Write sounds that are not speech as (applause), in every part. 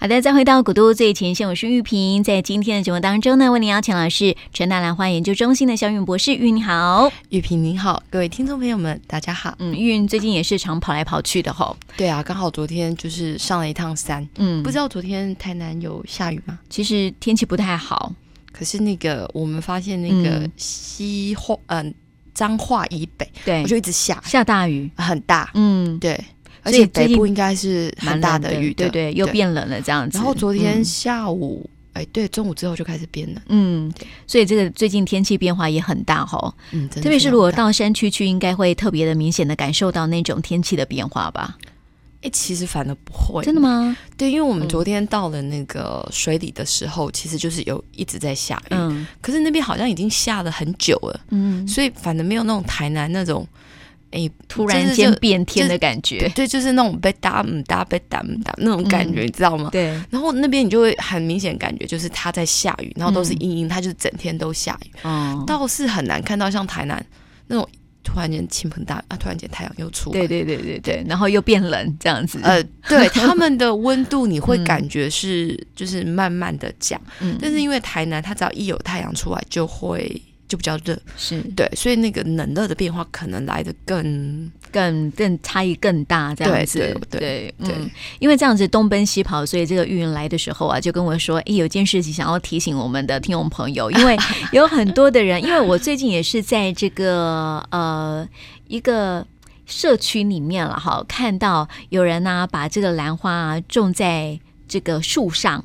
好的，再回到古都最前线，我是玉萍。在今天的节目当中呢，为您邀请老师陈大兰花研究中心的肖韵博士，韵你好。玉萍您好，各位听众朋友们，大家好。嗯，韵最近也是常跑来跑去的吼。对啊，刚好昨天就是上了一趟山，嗯，不知道昨天台南有下雨吗？其实天气不太好，可是那个我们发现那个嗯西化，嗯、彰化以北，对我，就一直下下大雨，很大，嗯，嗯对，而所以且最北近部应该是很蛮大冷的雨对的，对，又变冷了这样子。然后昨天嗯下午，哎、对，中午之后就开始变冷，嗯，所以这个最近天气变化也很大吼，嗯，真的特别是非常如果大到山区去，应该会特别的明显的感受到那种天气的变化吧？哎、其实反而不会，真的？吗？对，因为我们嗯昨天到了那个水里的时候，其实就是有一直在下雨，嗯可是那边好像已经下了很久了，嗯，所以反正没有那种台南那种，哎、突就是然间就变天就的感觉，对，就是那种被打嗯打被打嗯打那种感嗯觉，你知道吗？对，然后那边你就会很明显感觉就是它在下雨，然后都是嗯阴阴，它就是整天都下雨，哦，倒是很难看到像台南那种突然间倾盆大雨啊，突然间太阳又出来对对对对对，然后又变冷这样子，呃，对，他们的温度你会嗯感觉是就是慢慢的降，嗯但是因为台南它只要一有太阳出来就会就比较热，是对，所以那个冷热的变化可能来的嗯更更更差异更大这样对子，对对对嗯，因为这样子东奔西跑，所以这个运营来的时候啊，就跟我说，哎，有件事情想要提醒我们的听众朋友，因为 (laughs) 有很多的人，因为我最近也是在这个呃一个。社区里面了哈，看到有人呢、把这个兰花啊种在这个树上，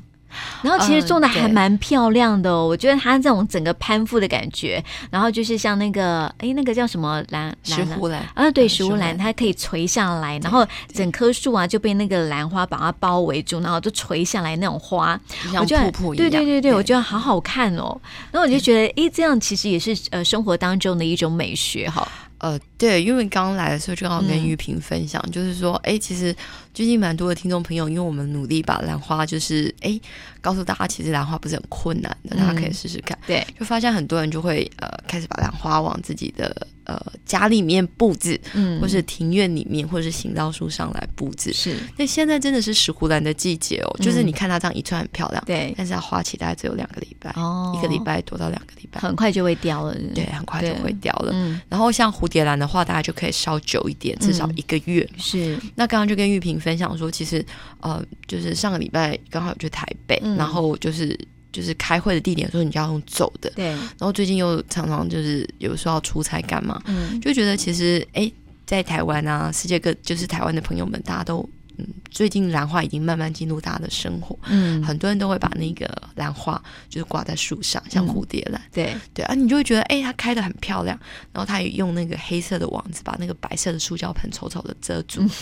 然后其实嗯种的还对蛮漂亮的、哦我觉得它这种整个攀附的感觉，然后就是像那个哎那个叫什么兰兰石兰斛兰。啊，对，嗯食食物物篮篮它可以垂下来，然后整棵树啊就被那个兰花把它包围住，然后就垂下来那种花，就我像觉得瀑布一对对样。对对，我觉得好好看哦。然后我就觉得，诶，这样其实也是呃生活当中的一种美学哈。呃，对，因为刚来的时候就刚好嗯跟玉萍分享，就是说，哎，其实最近蛮多的听众朋友，因为我们努力把兰花，就是哎，告诉大家，其实兰花不是很困难的，大家可以嗯试试看。对，就发现很多人就会呃开始把兰花往自己的呃家里面布置，嗯，或是庭院里面，或是行道树上来布置。是，那现在真的是石斛兰的季节哦，就是嗯你看它这样一串很漂亮，对，但是它花期大概只有两个礼拜，哦，一个礼拜多到两个礼拜，很快就会掉了，对，，很快就对会掉了。嗯，然后像蝴蝶兰的话，大家就可以稍久一点，至少嗯一个月。是，那刚刚就跟玉萍分享说，其实呃，就是上个礼拜刚好有去台北，嗯然后就是就是开会的地点说你就要用走的， (laughs) 对，然后最近又常常就是有时候要出差干嘛，嗯，就觉得其实哎，在台湾啊，世界各就是台湾的朋友们，大家都嗯，最近兰花已经慢慢进入大家的生活，嗯，很多人都会把那个兰花就是挂在树上，像嗯蝴蝶兰。对，对啊，你就会觉得，哎、它开的很漂亮，然后它也用那个黑色的网子把那个白色的塑胶盆丑丑的遮住。 (laughs)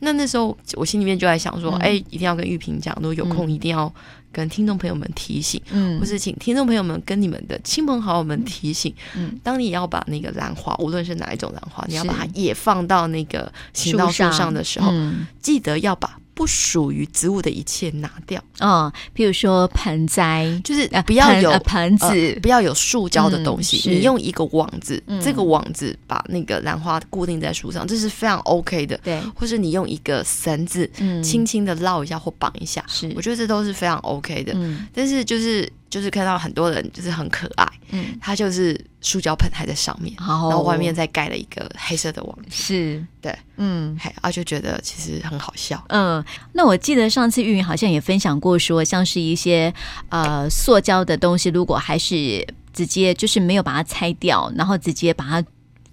那那时候我心里面就在想说，嗯哎、一定要跟玉萍讲，如果有空一定要跟听众朋友们提醒，嗯，或是请听众朋友们跟你们的亲朋好友们提醒，嗯当你要把那个兰花，无论是哪一种兰花，你要是把它也放到那个行道树上的时候，嗯记得要把不属于植物的一切拿掉，哦，譬如说盆栽，就是呃不要盆有呃盆子，不要有塑胶的东西嗯，是你用一个网子，嗯这个网子把那个兰花固定在树上，这是非常 OK 的。对，或是你用一个绳子嗯，轻轻的绕一下或绑一下，是，我觉得这都是非常 OK 的。嗯但是就是就是看到很多人就是很可爱，嗯，它就是塑胶盆还在上面，然后然后外面再盖了一个黑色的网，是，对，嗯。嘿，啊就觉得其实很好笑。嗯，那我记得上次玉云好像也分享过说，像是一些呃塑胶的东西，如果还是直接就是没有把它拆掉，然后直接把它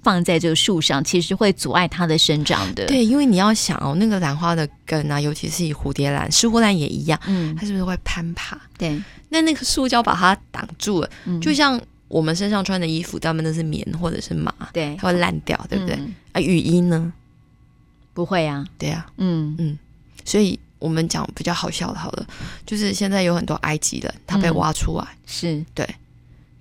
放在这个树上，其实会阻碍它的生长的。，对，因为你要想哦，那个兰花的根啊，尤其是以蝴蝶兰、石斛兰也一样，嗯，它是不是会攀爬？对，那那个塑胶把它挡住了，嗯就像我们身上穿的衣服，他们那是棉或者是麻，对，它会烂掉，对不对？嗯啊，雨衣呢？不会啊，对啊，嗯所以我们讲比较好笑的，好了，就是现在有很多埃及人，他被嗯挖出来，是，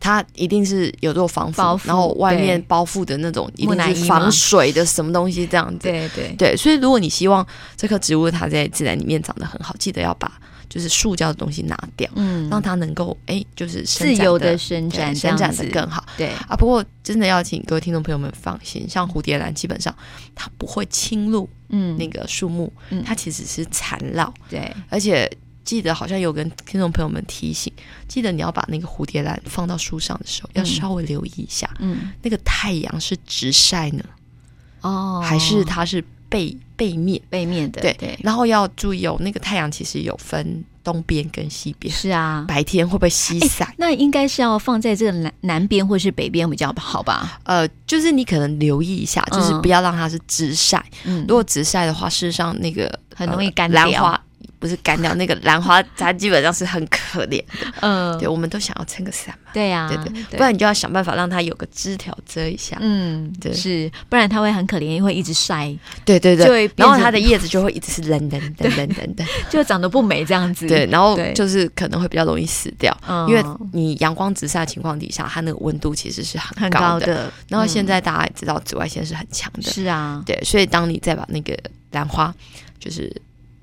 他一定是有做防腐，包覆然后外面对包覆的那种，一木乃定伊是嘛防水的什么东西这样子。对对对，所以如果你希望这棵植物它在自然里面长得很好，记得要把就是塑胶的东西拿掉，嗯，让它能够哎，就是自伸展由的的伸展，这伸样展子的更好。对，啊，不过真的要请各位听众朋友们放心，像蝴蝶兰基本上它不会侵入嗯，那个树木，嗯它其实是缠绕，对，而且记得好像有跟听众朋友们提醒，记得你要把那个蝴蝶兰放到树上的时候，要稍微留意一下，嗯，那个太阳是直晒呢，哦，还是它是背背面？背面的，对对，然后要注意哦，那个太阳其实有分东边跟西边，是啊。白天会不会西晒？那应该是要放在这个南南边或是北边比较好吧？呃，就是你可能留意一下，就是嗯不要让它是直晒。嗯，如果直晒的话，事实上那个很呃容易干兰掉花不是干掉，那个兰花它基本上是很可怜。嗯，对，我们都想要撑个伞嘛，对呀，对对，不然你就要想办法让它有个枝条遮一下。嗯，对是，不然它会很可怜，会一直晒，对对就会对，变然后成它的叶子就会一直是冷冷冷冷冷冷， (laughs) 就长得不美这样子。对，，然后对就是可能会比较容易死掉。嗯因为你阳光直晒的情况底下，它那个温度其实是很很高高的。的，然后现嗯在大家也知道，紫外线是很强的，是啊，对，所以当你再把那个兰花就是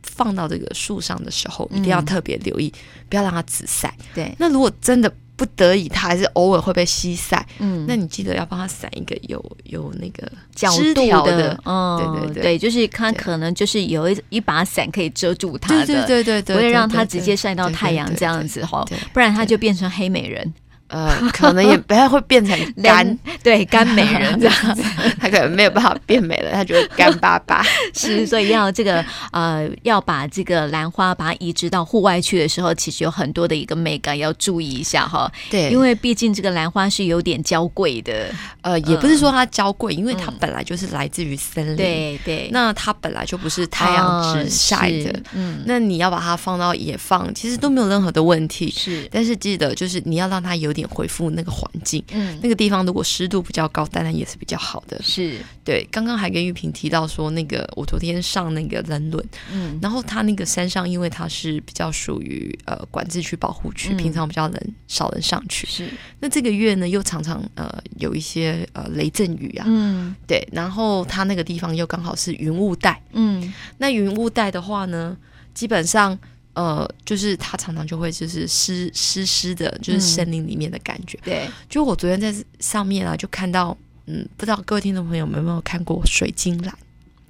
放到这个树上的时候，一定要嗯特别留意，不要让它直晒。对，那如果真的不得已，它还是偶尔会被西晒，嗯那你记得要帮它散一个有有那个角枝度条的，嗯，对对对就是它对可能就是有一一把伞可以遮住它对的，对对对对，不会让对它对直对接晒到对太对阳对这样对子吼对，不然它就变成黑美人、呃，可能也不太会变 (laughs) 成干， (laughs) 对干美人这样子。它可能没有办法变美了，它就会干巴巴。 (laughs) 是，所以要这个呃，要把这个兰花把它移植到户外去的时候，其实有很多的一个美感要注意一下哈，对，因为毕竟这个兰花是有点娇贵的，呃，也不是说它娇贵，因为它嗯本来就是来自于森林，对对，那它本来就不是嗯太阳直晒的，哦是嗯，那你要把它放到野放，其实都没有任何的问题。是，但是记得，就是你要让它有点恢复那个环境，嗯，那个地方如果湿度比较高，当然也是比较好的。是，对，刚刚还跟玉萍提到说，那个我昨天上那个人伦，嗯然后它那个山上，因为它是比较属于呃管制区、保护区，嗯平常比较人少人上去。是，那这个月呢，又常常呃有一些呃雷阵雨啊，嗯对，然后它那个地方又刚好是云雾带，嗯那云雾带的话呢，基本上呃，就是它常常就会就是湿湿湿的，就是嗯森林里面的感觉。对，就我昨天在上面啊，就看到，嗯，不知道各位听众朋友们有没有看过水晶兰？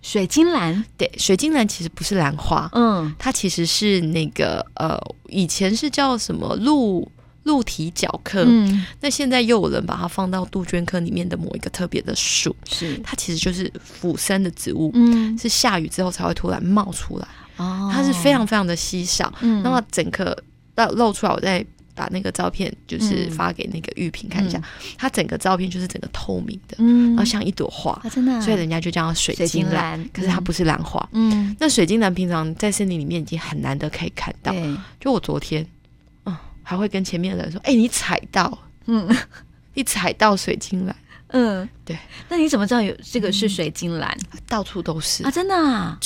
水晶兰，对，水晶兰其实不是兰花，嗯它其实是那个呃，以前是叫什么鹿鹿蹄角科，嗯那现在又有人把它放到杜鹃科里面的某一个特别的树，是，它其实就是腐生的植物。嗯是下雨之后才会突然冒出来，哦它是非，常哦非常的稀少。嗯那么整个露露出来，我再把那个照片就是嗯发给那个玉萍看一下，它整个照片就是整个透明的，嗯然后像一朵花，啊真的啊，所以人家就叫它水水晶晶兰。兰，可是它嗯不是兰花。嗯。那水晶兰平常在森林里面已经很难得可以看到。对，就我昨天，嗯，还会跟前面的人说：“哎、你踩到，嗯，你踩到水晶兰，嗯，对。那你怎么知道有这个是水晶兰、到处都是，啊？真的、啊，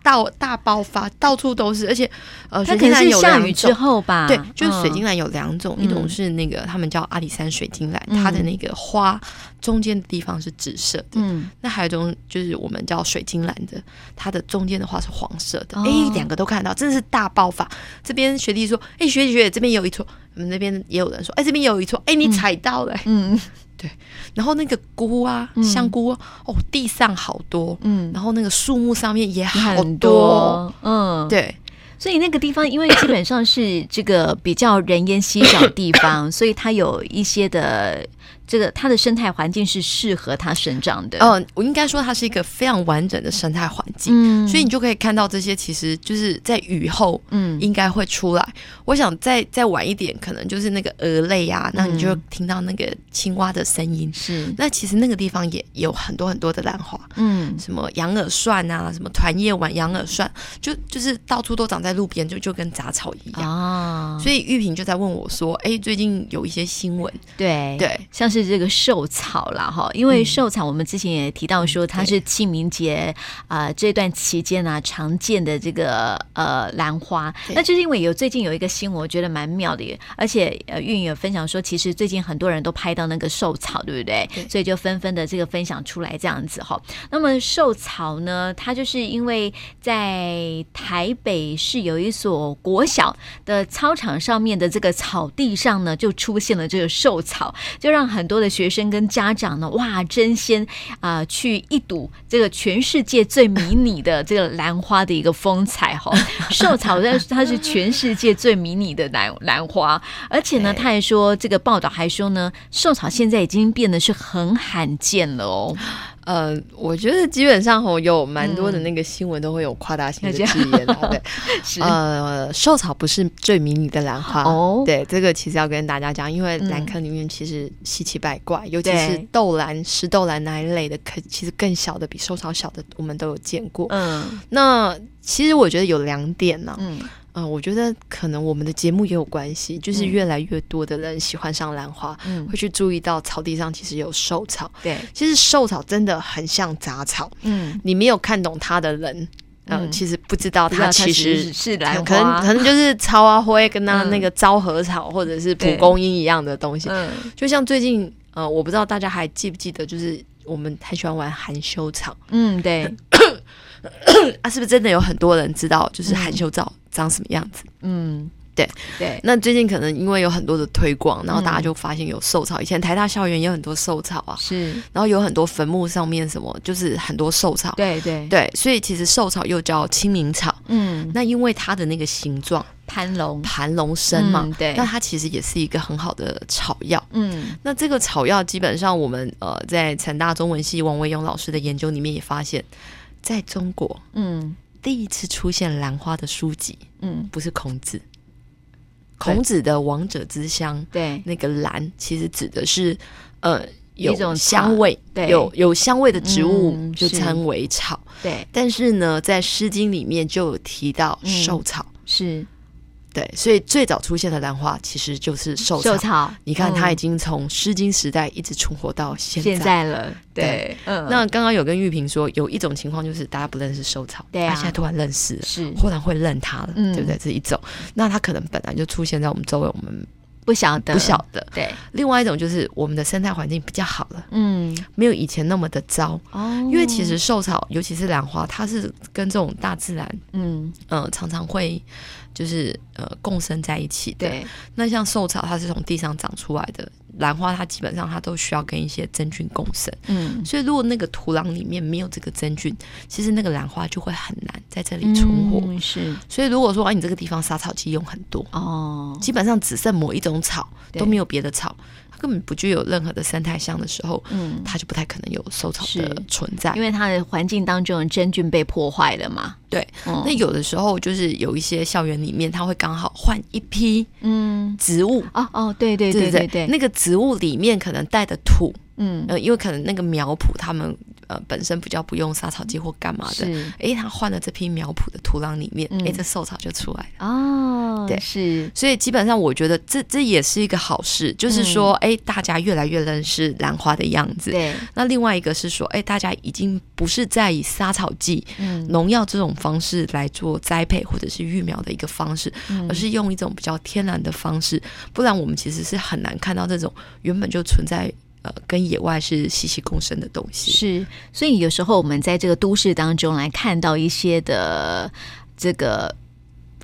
到大爆发，到处都是。而且，呃，它水可能晶兰是有下两雨之种后吧？对，就是水嗯晶兰有两种，嗯一种是那个他们叫阿里山水晶兰，嗯它的那个花中间的地方是紫色的。嗯，那还有一种就是我们叫水晶兰的，它的中间的花是黄色的。哦哎、两个都看到，真的是大爆发。这边学弟说，哎、学姐学姐这边有一撮，我们那边也有人说，哎、这边也有一撮，哎、你踩到了、嗯然后那个菇啊，嗯香菇啊哦，地上好多，嗯，然后那个树木上面也好很多多，嗯，，对，所以那个地方因为基本上是这个比较人烟稀少的地方， (coughs) 所以它有一些的这个它的生态环境是适合它生长的。，嗯，我应该说它是一个非常完整的生态环境。嗯所以你就可以看到这些，其实就是在雨后嗯应该会出来。我想再再晚一点，可能就是那个鹅类嗯啊，那你就会听到那个青蛙的声音。是那其实那个地方也有很多很多的兰花，嗯什么羊耳蒜啊，什么团叶碗羊耳蒜，就就是到处都长在路边，就就跟杂草一样。啊，所以玉萍就在问我说：“哎、最近有一些新闻，对。对像是这个寿草啦，哈，因为嗯寿草我们之前也提到说，它是清明节啊、呃这段期间啊常见的这个呃兰花，对那就是因为有最近有一个新闻，我觉得蛮妙的也，而且呃运有分享说，其实最近很多人都拍到那个寿草，对不对？对所以就纷纷的这个分享出来这样子哈。那么寿草呢，它就是因为在台北市有一所国小的操场上面的这个草地上呢，就出现了这个寿草，就让很多的学生跟家长呢，哇，争先啊、去一睹这个全世界最迷你的这个兰花的一个风采 (laughs) 哈、寿草它它是全世界最迷你的兰兰花，而且呢，对他还说这个报道还说呢，寿草现在已经变得是很罕见了哦。呃，我觉得基本上吼有蛮多的那个新闻都会有夸大性的嗯字 (laughs) 眼啊，对，是呃，寿草不是最迷你的兰花哦对，这个其实要跟大家讲，因为嗯兰坑里面其实稀奇百怪，尤其对是豆兰、石豆兰那一类的，可其实更小的比寿草小的，我们都有见过。嗯那其实我觉得有两点呢、嗯，嗯、我觉得可能我们的节目也有关系，就是嗯越来越多的人喜欢上兰花，嗯会去注意到草地上其实有寿草。对，其实寿草真的很像杂草，嗯，你没有看懂它的人，嗯、嗯其实不知道不知道它它其实是是兰可能花可，能就是超啊灰跟它啊嗯那个昭和草或者是蒲对公英一样的东西。嗯，就像最近呃，我不知道大家还记不记得，就是我们很喜欢玩含羞草嗯，对，啊，是不是真的有很多人知道就是嗯含羞草长什么样子？嗯，对对，那最近可能因为有很多的推广，然后大家嗯就发现有寿草，以前台大校园也有很多寿草啊，是，然后有很多坟墓上面什么就是很多寿草。对对，对，所以其实寿草又叫清明草，嗯，那因为它的那个形状盘龙，盘龙身嘛，嗯对那它其实也是一个很好的草药。嗯那这个草药基本上我们呃在成大中文系王维勇老师的研究里面也发现，在中国嗯第一次出现兰花的书籍嗯，不是孔子，孔子的《王者之乡》对那个兰其实指的是呃。一种有草香味，对有有香味的植物嗯就是称为草。对但是呢，在《诗经》里面就有提到嗯寿草，是对，所以最早出现的兰花其实就是寿草。寿草，你看，它已嗯经从《诗经》时代一直存活到现在。现在了，对对，嗯，那刚刚有跟玉萍说，有一种情况就是大家不认识收草，对啊他现在突然认识了，是忽然会认他了，嗯对不对？这一种，那他可能本来就出现在我们周围，我们不晓得，不晓得。对，另外一种就是我们的生态环境比较好了，嗯，没有以前那么的糟。哦，因为其实寿草，尤其是兰花，它是跟这种大自然，嗯，呃，常常会就是呃共生在一起的。对，那像寿草，它是从地上长出来的，兰花它基本上它都需要跟一些真菌共生。嗯，所以如果那个土壤里面没有这个真菌，其实那个兰花就会很难在这里存活。嗯是所以如果说啊，你这个地方杀草剂用很多，哦，基本上只剩某一种草，对都没有别的草，它根本不具有任何的生态相的时候，嗯，它就不太可能有收草是的存在因。为它的环境当中的真菌被破坏了嘛，对，嗯那有的时候就是有一些校园里面，它会刚好换一批嗯，植物。哦哦，对对对对不对对，那个植物里面可能带的土，嗯，呃，因为可能那个苗圃他们呃本身比较不用杀草剂或干嘛的，是诶，他换了这批苗圃的土壤里面，嗯诶，这寿草就出来了。哦，对是，所以基本上，我觉得这这也是一个好事，就是说，诶，大家越来越认识兰花的样子。嗯对，那另外一个是说，诶，大家已经不是在以杀草剂、嗯，农药这种方式来做栽培或者是育苗的一个方式，嗯而是用一种比较天然的方式。不然，我们其实是很难看到这种原本就存在呃跟野外是息息共生的东西。是，所以有时候我们在这个都市当中来看到一些的这个。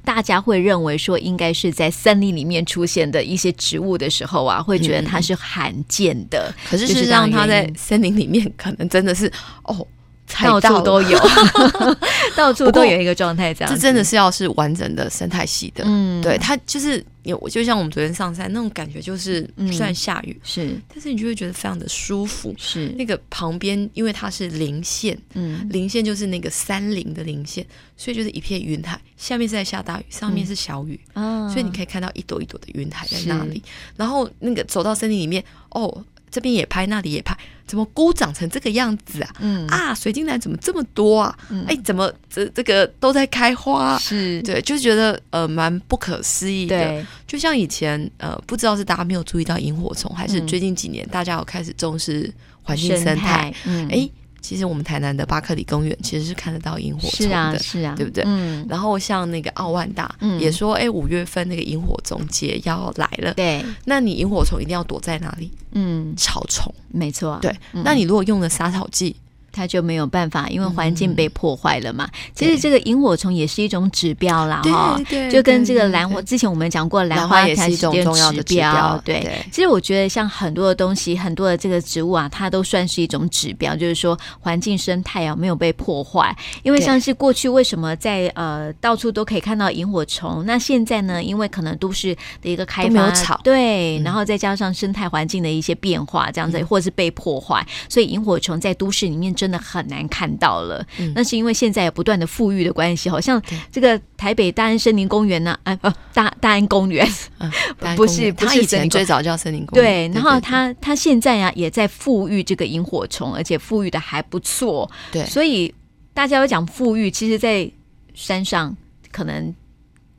大家会认为说应该是在森林里面出现的一些植物的时候啊，会觉嗯得它是罕见的，可是这事实是当然上，它原在因森林里面可能真的是哦。采到到处了都有， (laughs) 到处不过都有一个状态这样这子。真的是要是完整的生态系的。嗯，对，它就是有，我就像我们昨天上山那种感觉，就是嗯虽然下雨，是但是你就会觉得非常的舒服。那是，个旁边，因为它是林线，嗯林线就是那个山林的林线，所以就是一片云海，下面是在下大雨，嗯上面是小雨，啊所以你可以看到一朵一朵的云海在那里。然后那个走到森林里面，哦，这边也拍，那里也拍，怎么菇长成这个样子啊？嗯啊，水晶兰怎么这么多啊？哎、嗯怎么这这个都在开花、啊？是，对，就觉得呃蛮不可思议的。对，就像以前呃，不知道是大家没有注意到萤火虫，还是嗯最近几年大家有开始重视环境生态。态，嗯，哎、其实我们台南的巴克里公园其实是看得到萤火虫是啊的。是啊，对不对嗯，然后像那个奥万大、嗯也说，哎，五月份那个萤火虫节要来了，对，那你萤火虫一定要躲在哪里？嗯，草丛。没错啊，对，嗯那你如果用了杀草剂，它就没有办法，因为嗯环境被破坏了嘛。其实这个萤火虫也是一种指标啦，哈对，对哦就跟这个对兰花，对之前我们讲过，兰兰花花也它是一种件重要的指标标，对 (laughs) 对。其实我觉得像很多的东西，很多的这个植物啊，它都算是一种指标，就是说环境生态啊没有被破坏。因为对像是过去为什么在呃到处都可以看到萤火虫，那现在呢，因为可能都市的一个开都没有发，草嗯对，然后再加上生态环境的一些变化，这样子，或者是被破坏，所以萤火虫在都市里面真的很难看到了。嗯那是因为现在不断的富裕的关系，好像这个台北大安森林公园呢、哎不，大大安公园，嗯大不安公园是不它是以森林公前最早叫森林公对园，，然后它它现在啊也在富裕这个萤火虫，而且富裕的还不错，对所以大家有讲富裕，其实在山上可能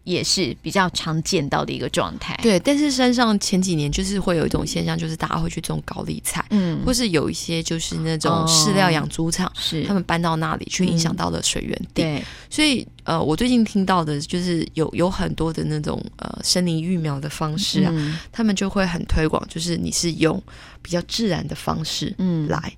也是比较常见到的一个状态。，对，但是山上前几年就是会有一种现象，就是大家会去种高丽菜，嗯，或是有一些就是那哦种饲料养猪场，是他们搬到那里去，影响嗯到了水源地。对，所以呃，我最近听到的就是有有很多的那种呃森林育苗的方式啊，嗯他们就会很推广，就是你是用比较自然的方式嗯来。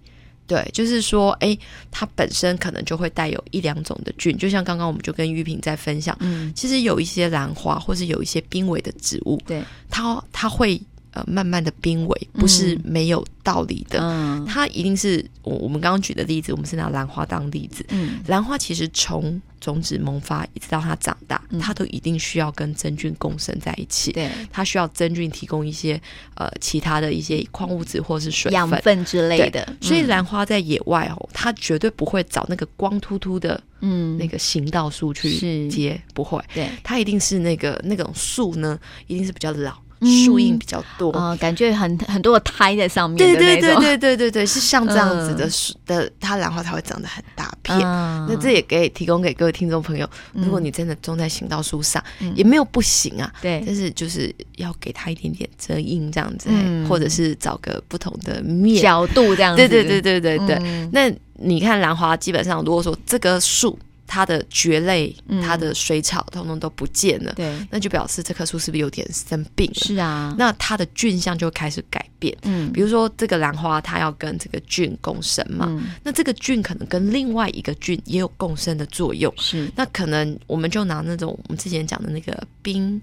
对，就是说，诶，它本身可能就会带有一两种的菌，就像刚刚我们就跟玉萍在分享，嗯，其实有一些兰花或是有一些濒危的植物，对，它它会呃慢慢的濒危，不是嗯没有道理的，嗯它一定是我我们刚刚举的例子，我们是拿兰花当例子，嗯兰花其实从种子萌发一直到它长大，嗯它都一定需要跟真菌共生在一起。对，它需要真菌提供一些呃其他的一些矿物质或是水养分。分之类对的，所以嗯兰花在野外哦，它绝对不会找那个光秃秃的嗯那个行道树去是接，不会，对。它一定是那个那种树呢，一定是比较老，嗯树荫比较多，啊、感觉很很多的胎在上面对的那对种， (laughs) 对对对对对，是像这样子的嗯树、的，它兰花才会长得很大片。嗯那这也给提供给各位听众朋友，嗯如果你真的种在行道树上，嗯也没有不行啊，对但是就是要给它一点点遮阴这样子，嗯或者是找个不同的面。角度这样子，对对对对对对。嗯那你看兰花，基本上如果说这棵树它的蕨类嗯、它的水草通通都不见了，对，那就表示这棵树是不是有点生病了？是啊，那它的菌相就开始改变。嗯比如说这个兰花，它要跟这个菌共生嘛，嗯那这个菌可能跟另外一个菌也有共生的作用。是那可能我们就拿那种我们之前讲的那个冰，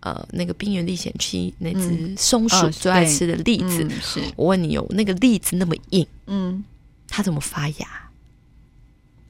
呃，那个《冰原历险记》那只松鼠哦最爱对吃的栗子，嗯是我问你哦，那个栗子那么硬，嗯，它怎么发芽？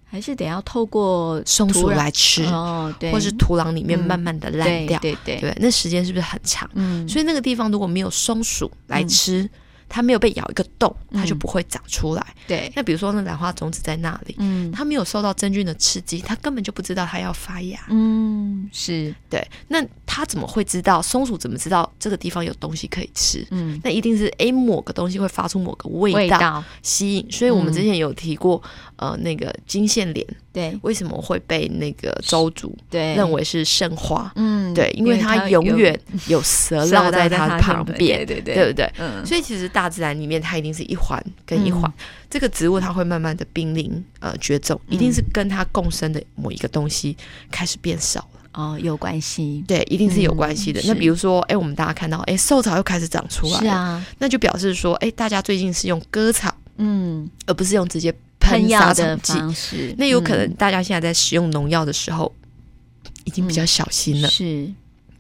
还是得要透过松鼠土壤来吃，哦，对，或是土壤里面嗯慢慢的烂掉，对对对，那时间是不是很长？嗯，所以那个地方如果没有松鼠来吃，它没有被咬一个洞，它就嗯不会长出来。对，那比如说，那兰花种子在那里，嗯它没有受到真菌的刺激，它根本就不知道它要发芽。嗯是对，那它怎么会知道？松鼠怎么知道这个地方有东西可以吃？嗯那一定是诶，某个东西会发出某个味道味道吸引。所以我们嗯之前有提过，呃，那个金线莲对为什么会被那个周族对认为是圣花？嗯对，因为它永远有蛇蛇绕在在它它上旁面边，对对对对不对？嗯所以其实大自然里面它一定是一环跟一环，这个植物它会慢慢的濒临呃绝种，嗯一定是跟它共生的某一个东西开始变少了，哦有关系，对，一定是有关系的。嗯那是比如说，哎，我们大家看到，哎，寿草又开始长出来是了，啊，那就表示说，哎，大家最近是用割草，嗯，而不是用直接喷喷药杀的虫剂，方式，那有可能嗯大家现在在使用农药的时候。已经嗯比较小心了，是。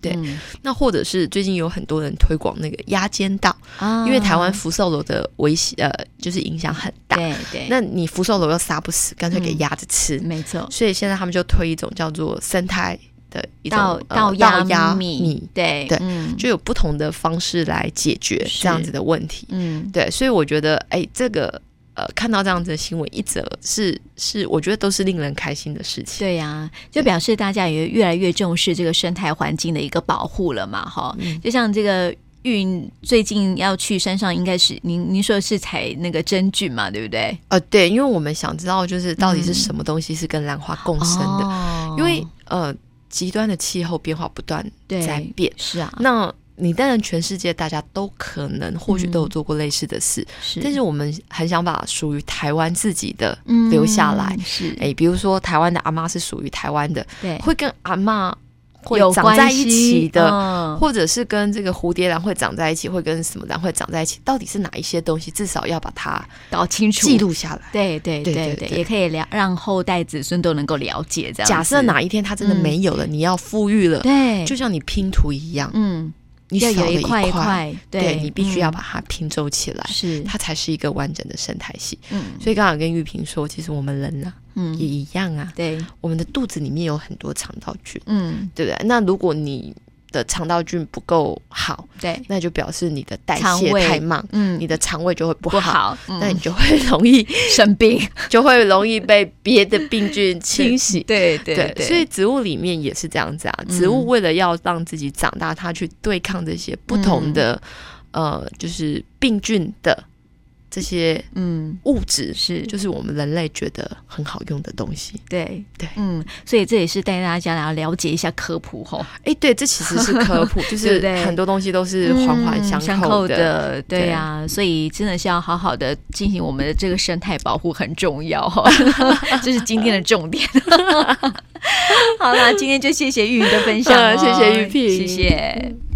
对嗯那或者是最近有很多人推广那个压尖稻，啊，因为台湾福寿螺的危险呃就是影响很大，对对，那你福寿螺又杀不死，干脆给鸭子吃。没错，所以现在他们就推一种叫做生态的一种到呃到稻压鸭米，对对嗯就有不同的方式来解决是这样子的问题。嗯对，所以我觉得，哎，这个呃，看到这样子的新闻，一则是是，我觉得都是令人开心的事情。对呀、就表示大家也越来越重视这个生态环境的一个保护了嘛，哈、嗯就像这个。运最近要去山上，应该是您您说是采那个真菌嘛，对不对？呃，对，因为我们想知道，就是到底是什么东西是跟兰花共生的，哦因为呃，极端的气候变化不断对在变。是啊，那你当然，全世界大家都可能或许都有做过类似的事，是但是我们很想把属于台湾自己的，嗯留下来哎是诶，比如说台湾的阿妈是属于台湾的，对会跟阿妈会有长在关一系起的，嗯或者是跟这个蝴蝶兰会长在一起，会跟什么兰会长在一起，到底是哪一些东西，至少要把它搞清楚记。录下来。对对对对对对，对也可以了，让后代子孙都能够了解这样子。假设哪一天它真的没有了，你要富裕了，对，就像你拼图一样，嗯，你要少有了一块块，块，对你必须要嗯把它拼凑起来，是，它才是一个完整的生态系。嗯所以刚刚有跟玉萍说，其实我们人啊也嗯，一样啊，对，我们的肚子里面有很多肠道菌，嗯对不对？那如果你的肠道菌不够好，对，那就表示你的代肠谢胃太慢，嗯，你的肠胃就会不不好，好，那你嗯，就会容易生病，就会容易被别的病 (laughs) 菌侵袭。 (laughs) 对对对对，所以植物里面也是这样子啊。嗯植物为了要让自己长大，它去对抗这些不嗯同的、呃，就是病菌的这些嗯物质，是就是我们人类觉得很好用的东西。对对嗯，所以这也是带大家来了解一下科普吼，哎，对，这其实是科 (laughs) 普，就对是不对很多东西都是环环嗯相相扣的。的，对对呀、所以真的是要好好的进行我们的这个生态保护很重 (laughs) 要哈、这是今天的重点。 (laughs) 好啦，今天就谢谢玉莹的分享、哦 (laughs) 呃谢谢玉萍谢谢。